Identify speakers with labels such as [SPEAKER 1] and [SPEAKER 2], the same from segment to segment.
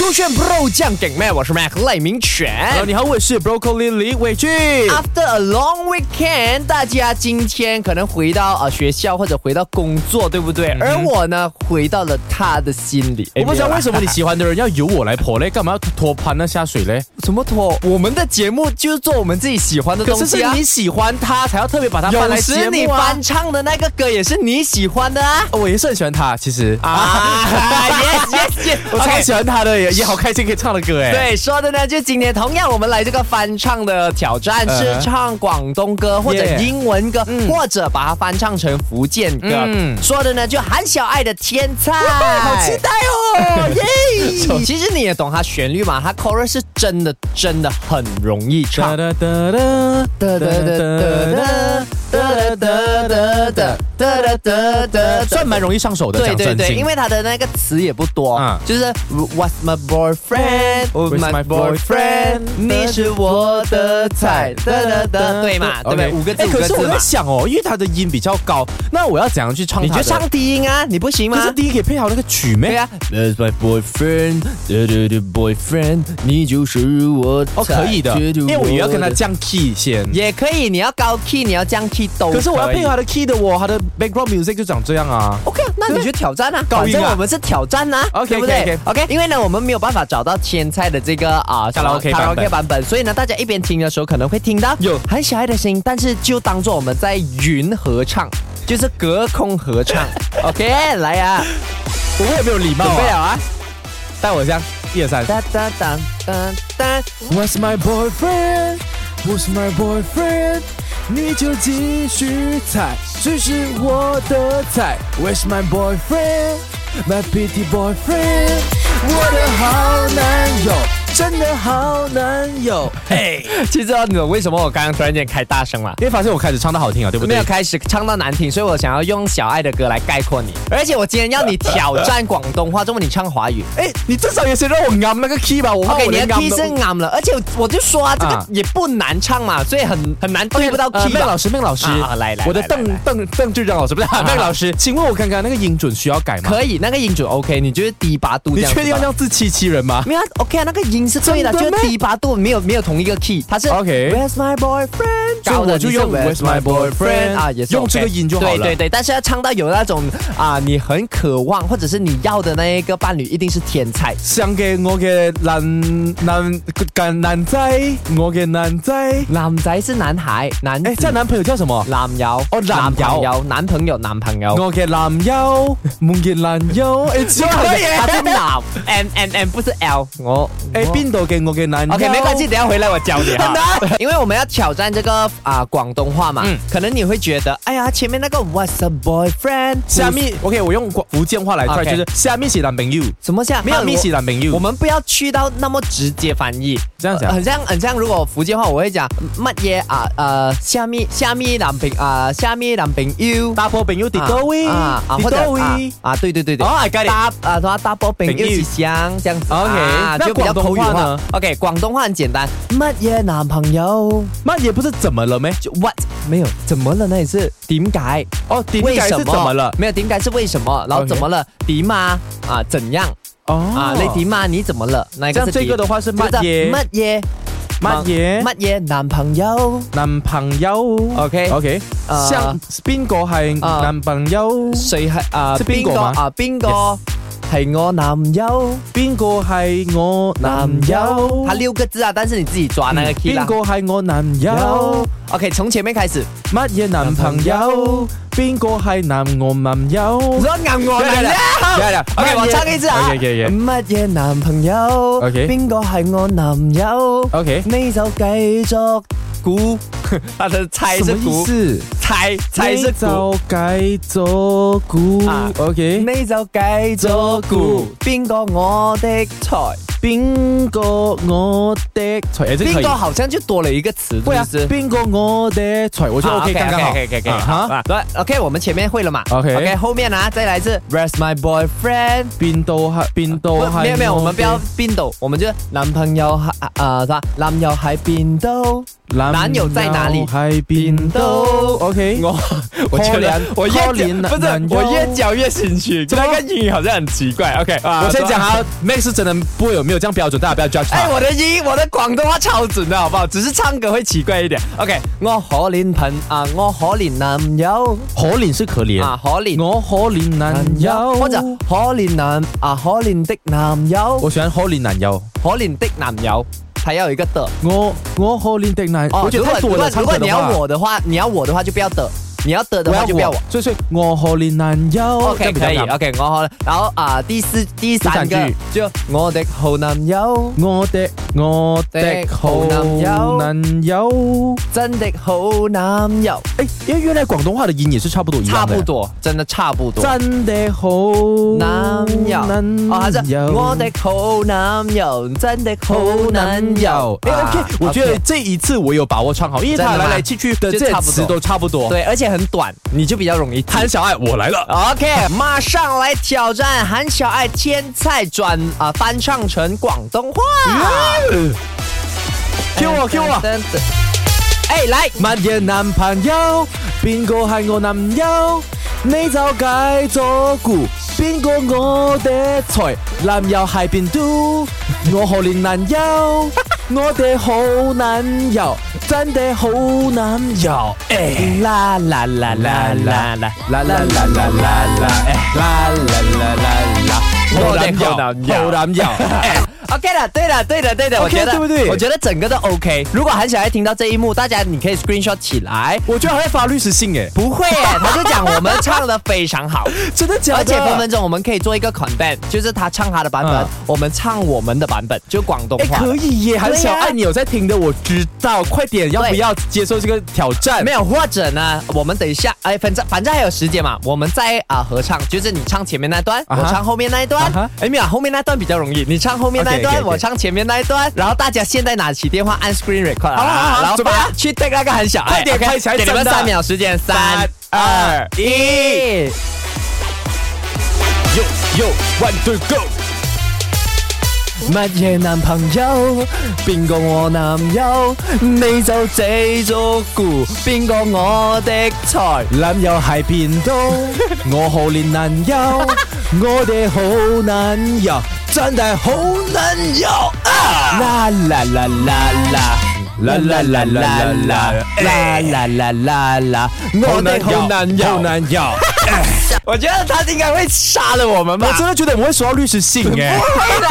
[SPEAKER 1] 勾选 Pro 酱给麦，我是 Mac 赖明全。
[SPEAKER 2] Hello，你好，我是 Broccoli 李伟俊。
[SPEAKER 1] After a long weekend，大家今天可能回到啊、呃学校或者回到工作，对不对？而我呢，回到了他的心里。哎
[SPEAKER 2] 我不知道为
[SPEAKER 1] 么
[SPEAKER 2] 什么你喜欢的人要由我来泼嘞，干嘛要拖潘那下水嘞？
[SPEAKER 1] 怎么拖？我们的节目就是做我们自己喜欢的
[SPEAKER 2] 可
[SPEAKER 1] 东
[SPEAKER 2] 是
[SPEAKER 1] 西
[SPEAKER 2] 是
[SPEAKER 1] 啊
[SPEAKER 2] 你。喜欢他，才要特别把他搬
[SPEAKER 1] 有
[SPEAKER 2] 来
[SPEAKER 1] 时
[SPEAKER 2] 节
[SPEAKER 1] 你
[SPEAKER 2] 目啊
[SPEAKER 1] 翻。唱的那个歌也是你喜欢的啊。
[SPEAKER 2] 我也是很喜欢他，其实
[SPEAKER 1] 啊 ，yes yes yes，
[SPEAKER 2] 我超
[SPEAKER 1] OK
[SPEAKER 2] 喜欢他的，也也好开心可以唱的歌哎。
[SPEAKER 1] 对，说的呢，就今天同样我们来这个翻唱的挑战，
[SPEAKER 2] 嗯
[SPEAKER 1] 是唱广东歌或者
[SPEAKER 2] Yeah
[SPEAKER 1] 英文歌，或者把它翻唱成福建歌。
[SPEAKER 2] 嗯
[SPEAKER 1] 说的呢，就韩小爱的《天才》，
[SPEAKER 2] 好期
[SPEAKER 1] 待 哦，耶！其实你也懂它旋律嘛，它 chorus 是真的真的很容易唱
[SPEAKER 2] 哒。
[SPEAKER 1] 哒
[SPEAKER 2] 哒哒哒
[SPEAKER 1] 哒
[SPEAKER 2] 哒哒
[SPEAKER 1] 哒
[SPEAKER 2] 哒哒
[SPEAKER 1] 哒哒哒哒哒哒哒哒
[SPEAKER 2] 哒，算蛮容易上手的，
[SPEAKER 1] 对
[SPEAKER 2] 讲
[SPEAKER 1] 对
[SPEAKER 2] 真
[SPEAKER 1] 对，
[SPEAKER 2] 心。
[SPEAKER 1] 因为他的那个词也不多，
[SPEAKER 2] 嗯
[SPEAKER 1] 就是 What's my boyfriend? What's my
[SPEAKER 2] my
[SPEAKER 1] boyfriend?
[SPEAKER 2] boyfriend？
[SPEAKER 1] 你是我的菜，哒哒哒，对嘛？对不对？
[SPEAKER 2] OK
[SPEAKER 1] 五个字，
[SPEAKER 2] 哎
[SPEAKER 1] 五
[SPEAKER 2] 可
[SPEAKER 1] 个
[SPEAKER 2] 是
[SPEAKER 1] 字
[SPEAKER 2] 我
[SPEAKER 1] 嘛
[SPEAKER 2] 在。想哦，因为他的音比较高，那我要怎样去唱？
[SPEAKER 1] 你就唱。低音啊，你不行吗
[SPEAKER 2] 可？是第一可以配好那个曲咩？
[SPEAKER 1] 对啊
[SPEAKER 2] That's my boyfriend，对对对，boyfriend，你就是我。哦，可以的，因为我也要跟他降 key 先。
[SPEAKER 1] 也可以，你要高 key，你要降 key 都。
[SPEAKER 2] 可是我要配合他。的 key 的我，他的 background music 就长这样啊。
[SPEAKER 1] OK，那你就挑战啊，
[SPEAKER 2] 高
[SPEAKER 1] 反
[SPEAKER 2] 音啊
[SPEAKER 1] 正我们是挑战啊
[SPEAKER 2] OK，
[SPEAKER 1] 对不对
[SPEAKER 2] OK，OK
[SPEAKER 1] ？OK，因为呢，我们没有办法找到天菜的这个啊
[SPEAKER 2] 卡拉 OK
[SPEAKER 1] 卡拉
[SPEAKER 2] 版
[SPEAKER 1] OK
[SPEAKER 2] 本
[SPEAKER 1] 版本，所以呢，大家一边听的时候可能会听到
[SPEAKER 2] 有
[SPEAKER 1] 很小爱的声音，但是就当做我们在云合唱，就是隔空合 唱。OK，来啊，
[SPEAKER 2] 我们有没有礼貌
[SPEAKER 1] 准备了
[SPEAKER 2] 啊？
[SPEAKER 1] 啊，
[SPEAKER 2] 带我这样，一二三。
[SPEAKER 1] 哒哒哒哒哒，
[SPEAKER 2] What's my boyfriend? What's my boyfriend? 你就继续猜，谁是我的菜？Where's my boyfriend? My pretty boyfriend，我的好男友，真的好男 友。
[SPEAKER 1] 嘿，其实哦你懂为什么我刚刚突然间开大声了？
[SPEAKER 2] 因为发现我开始唱的好听啊，对不
[SPEAKER 1] 没
[SPEAKER 2] 对
[SPEAKER 1] 有？开始唱到难听，所以我想要用小爱的歌来概括你。而且我今天要你挑战广东话，这么你唱华语。
[SPEAKER 2] 哎，你至少也先让我按那个 key 吧，我怕
[SPEAKER 1] OK，
[SPEAKER 2] 哦我
[SPEAKER 1] 哦你
[SPEAKER 2] 连
[SPEAKER 1] 的
[SPEAKER 2] 按
[SPEAKER 1] key
[SPEAKER 2] 都
[SPEAKER 1] 是暗了，而且我就说啊，这个
[SPEAKER 2] 啊
[SPEAKER 1] 也不难唱嘛，所以很很难对不到
[SPEAKER 2] 呃
[SPEAKER 1] key
[SPEAKER 2] 孟
[SPEAKER 1] 吧
[SPEAKER 2] 老。师，孟老师，
[SPEAKER 1] 啊啊来来
[SPEAKER 2] 我的
[SPEAKER 1] 来来
[SPEAKER 2] 邓
[SPEAKER 1] 来
[SPEAKER 2] 邓邓志章老师不是
[SPEAKER 1] 啊
[SPEAKER 2] 孟老师，请问我刚刚那个音准需要改吗？
[SPEAKER 1] 可以，那个音准 OK，你就是低八度这
[SPEAKER 2] 你
[SPEAKER 1] 样子吧。
[SPEAKER 2] 确定要这样自欺欺 人吗？
[SPEAKER 1] 没有啊 OK 啊，那个音是对的，
[SPEAKER 2] 真
[SPEAKER 1] 就
[SPEAKER 2] 的
[SPEAKER 1] 是
[SPEAKER 2] 咩
[SPEAKER 1] 低八度，没有没有同一个 key，它是
[SPEAKER 2] OK
[SPEAKER 1] Where's my boyfriend？
[SPEAKER 2] 所以
[SPEAKER 1] 高的
[SPEAKER 2] 我就
[SPEAKER 1] 你是
[SPEAKER 2] 用 Where's my boyfriend
[SPEAKER 1] 啊，也是
[SPEAKER 2] 用
[SPEAKER 1] OK
[SPEAKER 2] 这个音就好了
[SPEAKER 1] 对对对，但是要唱到有那种啊，你很渴望或者是你要的那一个伴侣一定是天才。
[SPEAKER 2] 想嘅我嘅男男嘅男仔，我嘅男仔，
[SPEAKER 1] 男仔是男孩，男
[SPEAKER 2] 诶，
[SPEAKER 1] 子
[SPEAKER 2] 即系男朋友叫什么？
[SPEAKER 1] 男友
[SPEAKER 2] 哎哦男友
[SPEAKER 1] 朋友男朋友男朋友。
[SPEAKER 2] 我嘅男友，我嘅男友，哎诶，只可以
[SPEAKER 1] 他是脑 M M M 不是 L，我
[SPEAKER 2] 诶，哎 边度嘅我嘅男友
[SPEAKER 1] 哦 OK 没关系，，等一下回来我教你 哈
[SPEAKER 2] 很。难
[SPEAKER 1] 因为我们要挑战这个啊、广东话嘛，
[SPEAKER 2] 嗯
[SPEAKER 1] 可能你会觉得，哎呀，前面那个 What's a boyfriend？
[SPEAKER 2] 下面 OK，我用福建话来
[SPEAKER 1] OK
[SPEAKER 2] 快，就是下面是男朋友，
[SPEAKER 1] 什么下？
[SPEAKER 2] 没有
[SPEAKER 1] 啊
[SPEAKER 2] 面是男朋友，
[SPEAKER 1] 我们不要去到那么直接翻译，
[SPEAKER 2] 这样啊
[SPEAKER 1] 呃
[SPEAKER 2] 讲
[SPEAKER 1] 很像很像。如果福建话，我会讲乜嘢啊呃下面下面男朋啊下面男朋友。
[SPEAKER 2] 打破朋友
[SPEAKER 1] 啊
[SPEAKER 2] 伫多位，
[SPEAKER 1] 啊啊，
[SPEAKER 2] 伫
[SPEAKER 1] 或者
[SPEAKER 2] 多
[SPEAKER 1] 啊
[SPEAKER 2] 位。
[SPEAKER 1] 啊，对对对对，
[SPEAKER 2] 哦，I got it
[SPEAKER 1] 搭啊，搭搭波饼
[SPEAKER 2] 饼
[SPEAKER 1] 一起香这样子
[SPEAKER 2] OK，
[SPEAKER 1] 啊
[SPEAKER 2] 那
[SPEAKER 1] 就比较
[SPEAKER 2] 广
[SPEAKER 1] 口
[SPEAKER 2] 东
[SPEAKER 1] 语
[SPEAKER 2] 话
[SPEAKER 1] 化
[SPEAKER 2] 呢。
[SPEAKER 1] OK，广东话很简单，乜嘢男朋友
[SPEAKER 2] 那也不是怎么了没？
[SPEAKER 1] 就 what 没有怎么了？那也是点解？
[SPEAKER 2] 哦，点
[SPEAKER 1] 为
[SPEAKER 2] 解
[SPEAKER 1] 什
[SPEAKER 2] 是怎么了？
[SPEAKER 1] 没有点解是为什么？然后
[SPEAKER 2] OK Ờ.
[SPEAKER 1] 怎么了？点啊啊怎样
[SPEAKER 2] 哦，
[SPEAKER 1] 啊？你点啊？你怎么了？那
[SPEAKER 2] 这样这个的话是乜嘢？
[SPEAKER 1] 乜嘢 Vâng.
[SPEAKER 2] 乜嘢
[SPEAKER 1] 乜嘢男朋友
[SPEAKER 2] 男朋友。
[SPEAKER 1] ？OK，
[SPEAKER 2] OK，
[SPEAKER 1] 呃
[SPEAKER 2] 像邊個係
[SPEAKER 1] 呃
[SPEAKER 2] 男朋友？
[SPEAKER 1] 谁系啊？
[SPEAKER 2] 是邊個嗎
[SPEAKER 1] 啊？边个
[SPEAKER 2] à, Yes
[SPEAKER 1] 系我男友？
[SPEAKER 2] 邊個係我男友？
[SPEAKER 1] 它六个字啊，但是你自己抓那个 key 啦
[SPEAKER 2] 邊。個係我男友？
[SPEAKER 1] OK，从前面开始。
[SPEAKER 2] 乜嘢男朋友？邊個係男我男友？
[SPEAKER 1] 说暗我
[SPEAKER 2] 嚟啦
[SPEAKER 1] ，OK，
[SPEAKER 2] 乜嘢
[SPEAKER 1] 我唱一次啊。
[SPEAKER 2] OK，OK，OK
[SPEAKER 1] 乜嘢男朋友
[SPEAKER 2] OK
[SPEAKER 1] 边个系我男友
[SPEAKER 2] OK À,
[SPEAKER 1] 你就继续 估，他的猜
[SPEAKER 2] 什
[SPEAKER 1] 是
[SPEAKER 2] 麼意
[SPEAKER 1] 估，
[SPEAKER 2] 思？
[SPEAKER 1] 猜猜是
[SPEAKER 2] 你
[SPEAKER 1] 估，
[SPEAKER 2] 就繼續估
[SPEAKER 1] 啊。
[SPEAKER 2] OK，
[SPEAKER 1] 你就继续估
[SPEAKER 2] 估，
[SPEAKER 1] 边个我的菜？
[SPEAKER 2] 邊個我的才？誒這
[SPEAKER 1] 边
[SPEAKER 2] 可以
[SPEAKER 1] 个好像就多了一个词，
[SPEAKER 2] 對啊
[SPEAKER 1] 是不是？
[SPEAKER 2] 邊個我的才？
[SPEAKER 1] À,
[SPEAKER 2] 我覺得 à, OK，剛剛好。
[SPEAKER 1] OK，OK，OK，
[SPEAKER 2] 啊
[SPEAKER 1] 好
[SPEAKER 2] 哈，
[SPEAKER 1] 对，OK，我们前面会了嘛
[SPEAKER 2] OK
[SPEAKER 1] OK，后面啊，再来一次，Where's my boyfriend？
[SPEAKER 2] 邊度係邊度係？
[SPEAKER 1] 没啊有没有，我们不要。边度，我们就男朋友还啊啥，男友喺边度？男友在哪里
[SPEAKER 2] 海边都 OK。
[SPEAKER 1] 我我觉得我越
[SPEAKER 2] 扣脸
[SPEAKER 1] 讲不
[SPEAKER 2] 男
[SPEAKER 1] 是
[SPEAKER 2] 优
[SPEAKER 1] 我越讲越心虚，
[SPEAKER 2] 么
[SPEAKER 1] 那个英语好像很奇怪。OK，啊
[SPEAKER 2] 我先讲。啊，Max 是真的不会有没有这样标准，大家不要 judge
[SPEAKER 1] 哎，
[SPEAKER 2] 他。
[SPEAKER 1] 我的英语我的广东话超准的，好不好？只是唱歌会奇怪一点。OK，我可怜朋啊，我可怜男友
[SPEAKER 2] 可怜是可怜，
[SPEAKER 1] 啊，可怜
[SPEAKER 2] 我可怜男
[SPEAKER 1] 男友
[SPEAKER 2] 友，
[SPEAKER 1] 或者可怜男啊，可怜的男友，
[SPEAKER 2] 我喜欢可怜男友。
[SPEAKER 1] 可怜的男友，还有一个的。
[SPEAKER 2] 我我可怜的男，我
[SPEAKER 1] 哦
[SPEAKER 2] 觉
[SPEAKER 1] 如
[SPEAKER 2] 得
[SPEAKER 1] 果
[SPEAKER 2] 太
[SPEAKER 1] 如
[SPEAKER 2] 多
[SPEAKER 1] 果
[SPEAKER 2] 了。
[SPEAKER 1] 如
[SPEAKER 2] 唱
[SPEAKER 1] 果
[SPEAKER 2] 歌
[SPEAKER 1] 你
[SPEAKER 2] 的
[SPEAKER 1] 要
[SPEAKER 2] 话，
[SPEAKER 1] 我的话，你要我的话就不要的，你要的的
[SPEAKER 2] 我
[SPEAKER 1] 话
[SPEAKER 2] 要
[SPEAKER 1] 就不要
[SPEAKER 2] 啊我
[SPEAKER 1] 我。，
[SPEAKER 2] 所以所以我可怜男友。
[SPEAKER 1] OK，
[SPEAKER 2] 这样
[SPEAKER 1] 可
[SPEAKER 2] 比
[SPEAKER 1] 以
[SPEAKER 2] 较难。
[SPEAKER 1] ，OK，我好了。然后啊、第四、第三
[SPEAKER 2] 第三
[SPEAKER 1] 个
[SPEAKER 2] 句
[SPEAKER 1] 就我的好男友，
[SPEAKER 2] 我的我的好男友，
[SPEAKER 1] 真的好男友，
[SPEAKER 2] 哎，因为原来广东话的音也是差不多一
[SPEAKER 1] 差
[SPEAKER 2] 样的，
[SPEAKER 1] 不。多，真的差不多。
[SPEAKER 2] 真的好
[SPEAKER 1] 男友，
[SPEAKER 2] 男友
[SPEAKER 1] 哦，还是我的好男友，真的好男友。
[SPEAKER 2] 哎
[SPEAKER 1] 啊
[SPEAKER 2] ，OK，我觉得这一次我有把握唱好，因为
[SPEAKER 1] 真
[SPEAKER 2] 他
[SPEAKER 1] 的吗
[SPEAKER 2] 来来去去的这
[SPEAKER 1] 就
[SPEAKER 2] 些
[SPEAKER 1] 差不多
[SPEAKER 2] 词都差不多。，
[SPEAKER 1] 对，而啊且很短，你就比较 容易记。
[SPEAKER 2] 谭小爱，我来了。
[SPEAKER 1] OK，马上来挑战韩小爱天菜转啊、翻唱成广东话。
[SPEAKER 2] Q 我 Q 啊我，
[SPEAKER 1] 噔噔噔哎，来。
[SPEAKER 2] 乜嘢男朋友？邊個係我男友？你就解咗估，邊個我的菜？男友係邊度？我可憐男友，我的好男友，真的好男友。哎啦啦啦啦啦啦啦啦啦啦啦啦，哎啦啦啦啦啦，
[SPEAKER 1] 我的好男友
[SPEAKER 2] 好男友。哎
[SPEAKER 1] OK 了，对了，对了，对的，
[SPEAKER 2] OK，
[SPEAKER 1] 我觉得
[SPEAKER 2] 对不对
[SPEAKER 1] 我觉得整个都 OK。如果韩小爱听到这一幕，大家你可以 screenshot 起来。
[SPEAKER 2] 我觉得还在发律师信哎，
[SPEAKER 1] 不会 耶，他就讲我们唱的非常好，
[SPEAKER 2] 真的假的？
[SPEAKER 1] 而且分分钟我们可以做一个 content，就是他唱他的版本，
[SPEAKER 2] 嗯
[SPEAKER 1] 我们唱我们的版本，就广东
[SPEAKER 2] 哎，
[SPEAKER 1] 话。
[SPEAKER 2] 可以耶！韩小
[SPEAKER 1] 对
[SPEAKER 2] 爱，
[SPEAKER 1] 呀
[SPEAKER 2] 你有在听的，我知道。快点，要不
[SPEAKER 1] 对
[SPEAKER 2] 要接受这个挑战？
[SPEAKER 1] 没有，或者呢，我们等一下，哎，反正反正还有时间嘛，我们再啊、合唱，就是你唱前面那段，
[SPEAKER 2] 啊哈
[SPEAKER 1] 我唱后面那一
[SPEAKER 2] 啊
[SPEAKER 1] 段
[SPEAKER 2] 哈。
[SPEAKER 1] 哎，没有，后面那段比较容易，你唱后面那一段
[SPEAKER 2] OK，OK，OK
[SPEAKER 1] 我唱前面那一段，然后大家现在拿起电话按 screen record，
[SPEAKER 2] 好好好
[SPEAKER 1] 然后
[SPEAKER 2] 准备啊
[SPEAKER 1] 发去 take 那个很小，
[SPEAKER 2] 快
[SPEAKER 1] 哎
[SPEAKER 2] 点
[SPEAKER 1] ，OK，
[SPEAKER 2] 快起来
[SPEAKER 1] 给你们
[SPEAKER 2] 真的
[SPEAKER 1] 三秒时间，三
[SPEAKER 2] 二
[SPEAKER 1] 二一。
[SPEAKER 2] 有有，One Two Go。
[SPEAKER 1] 乜嘢哎男朋友？邊個我男友？你就借咗故，邊個我的菜？
[SPEAKER 2] 男友喺邊度？我好戀男友，我哋好男友，真係好男友啊！啦啦啦啦啦。啦啦啦啦啦
[SPEAKER 1] 哎
[SPEAKER 2] 啦啦啦啦啦！我的好男友，好男友，
[SPEAKER 1] 我觉得他应该会杀了我们吧
[SPEAKER 2] 我。真的觉得我们会收到律师信哎。
[SPEAKER 1] 会的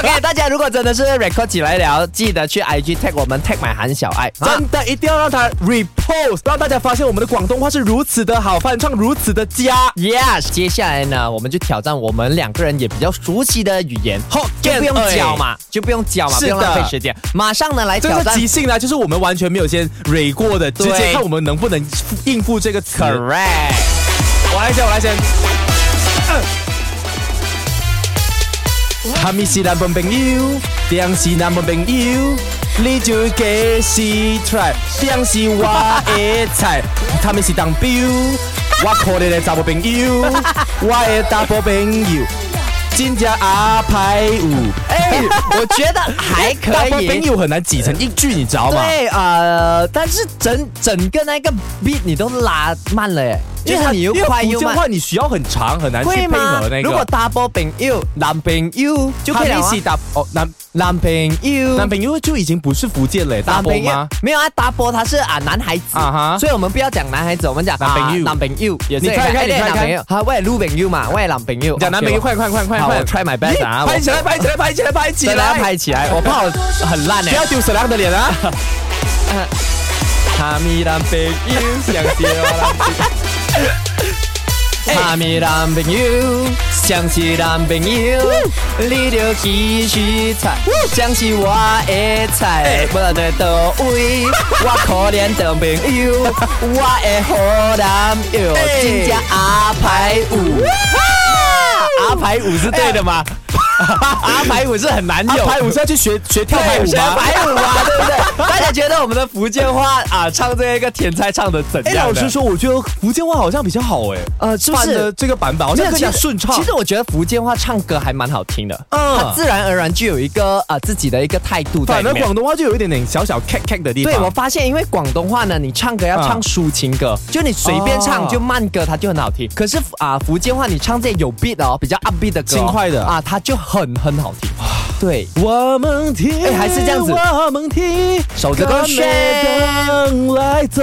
[SPEAKER 1] OK，大家如果真的是 record 起来聊，记得去 IG tag 我们 tag 买韩小爱。啊
[SPEAKER 2] 真的一定要让他 repost，让大家发现我们的广东话是如此的好，翻唱如此的佳。
[SPEAKER 1] Yes，接下来呢，我们就挑战我们两个人也比较熟悉的语言，就不用教嘛，就不用教嘛，
[SPEAKER 2] 是
[SPEAKER 1] 不
[SPEAKER 2] 的
[SPEAKER 1] 用浪费时间。马上呢来
[SPEAKER 2] 这
[SPEAKER 1] 挑
[SPEAKER 2] 个
[SPEAKER 1] 战
[SPEAKER 2] 即兴呢，就是我们完全没有先蕊过的，直
[SPEAKER 1] 对
[SPEAKER 2] 接看我们能不能应付这个词。
[SPEAKER 1] ，correct。
[SPEAKER 2] 我来先，我来先。嗯他们是男朋友，定是男朋友，你就给是 try，定是 我的菜。他们是当表，我可怜的查甫朋友，我的查甫朋友，真正阿排舞。
[SPEAKER 1] 哎， 我觉得 还
[SPEAKER 2] 大
[SPEAKER 1] 可
[SPEAKER 2] 波
[SPEAKER 1] 以
[SPEAKER 2] 朋。友很难挤成一句，你知道吗？
[SPEAKER 1] 对，呃，但是整整个那个 beat 你都拉慢了耶，就是你又快又
[SPEAKER 2] 因为福建
[SPEAKER 1] 慢，
[SPEAKER 2] 话你需要很长，很难去
[SPEAKER 1] 会
[SPEAKER 2] 配
[SPEAKER 1] 吗
[SPEAKER 2] 合那个。？
[SPEAKER 1] 如果 double 朋友、男朋友就
[SPEAKER 2] 他
[SPEAKER 1] 可以了
[SPEAKER 2] 们
[SPEAKER 1] 吗
[SPEAKER 2] 是？打哦男
[SPEAKER 1] 男朋友，
[SPEAKER 2] 男朋友就已经不是福建了，大
[SPEAKER 1] 男
[SPEAKER 2] 波
[SPEAKER 1] 朋友
[SPEAKER 2] 吗？
[SPEAKER 1] 没有啊，大波他是啊男孩子
[SPEAKER 2] 啊哈
[SPEAKER 1] 所以我们不要讲男孩子，我们讲
[SPEAKER 2] 男朋友
[SPEAKER 1] 啊男朋友也是
[SPEAKER 2] 你看一看
[SPEAKER 1] 哎
[SPEAKER 2] 你看一看
[SPEAKER 1] 男朋友，好，我也女朋友嘛，我也男朋友，
[SPEAKER 2] 讲男朋友，快快快快
[SPEAKER 1] 好，我
[SPEAKER 2] 快
[SPEAKER 1] try my best 啊，
[SPEAKER 2] 拍起来，拍起来，拍起来，拍起
[SPEAKER 1] 真的要
[SPEAKER 2] 来，
[SPEAKER 1] 拍起来，我怕 我很烂
[SPEAKER 2] 不
[SPEAKER 1] 哎
[SPEAKER 2] 要。丢沈浪的脸 啊！
[SPEAKER 1] 哈密男朋友，想起
[SPEAKER 2] 啊
[SPEAKER 1] 我男朋友。哈密男朋友，想起男朋友，你就继续猜，想起我的菜，不然在倒 位，我可怜的朋友，我的好男友，
[SPEAKER 2] 哎
[SPEAKER 1] 真正阿排舞，阿排舞是对的吗？啊，排舞是很难
[SPEAKER 2] 啊
[SPEAKER 1] 有，
[SPEAKER 2] 排 舞是要去学学跳排舞
[SPEAKER 1] 对学
[SPEAKER 2] 吗？
[SPEAKER 1] 排舞啊，对不对？大家觉得我们的福建话啊，唱这个甜菜唱的怎
[SPEAKER 2] 哎，
[SPEAKER 1] 样？
[SPEAKER 2] 老实，说，我觉得福建话好像比较好哎，
[SPEAKER 1] 呃，是不
[SPEAKER 2] 办
[SPEAKER 1] 是
[SPEAKER 2] 的？哦这个版本好像更加
[SPEAKER 1] 其实
[SPEAKER 2] 顺畅。
[SPEAKER 1] 啊其实我觉得福建话唱歌还蛮好听的，
[SPEAKER 2] 嗯
[SPEAKER 1] 它自然而然就有一个啊、呃自己的一个态度在
[SPEAKER 2] 反
[SPEAKER 1] 里
[SPEAKER 2] 而
[SPEAKER 1] 面。
[SPEAKER 2] 广东话就有一点点小小 c a c 的地方。
[SPEAKER 1] 对，我发现，因为广东话呢，你唱歌要
[SPEAKER 2] 啊
[SPEAKER 1] 唱抒情歌，就你随便唱、
[SPEAKER 2] 哦
[SPEAKER 1] 就慢歌，它就很好听。可是啊、福建话你唱这些有 beat 的哦，比较 up beat 的歌哦、
[SPEAKER 2] 轻快的
[SPEAKER 1] 啊，它就很很好听。对，
[SPEAKER 2] 我们听，
[SPEAKER 1] 哎还是这样子
[SPEAKER 2] 我们听，
[SPEAKER 1] 守着歌
[SPEAKER 2] 歌
[SPEAKER 1] 曲
[SPEAKER 2] 来走，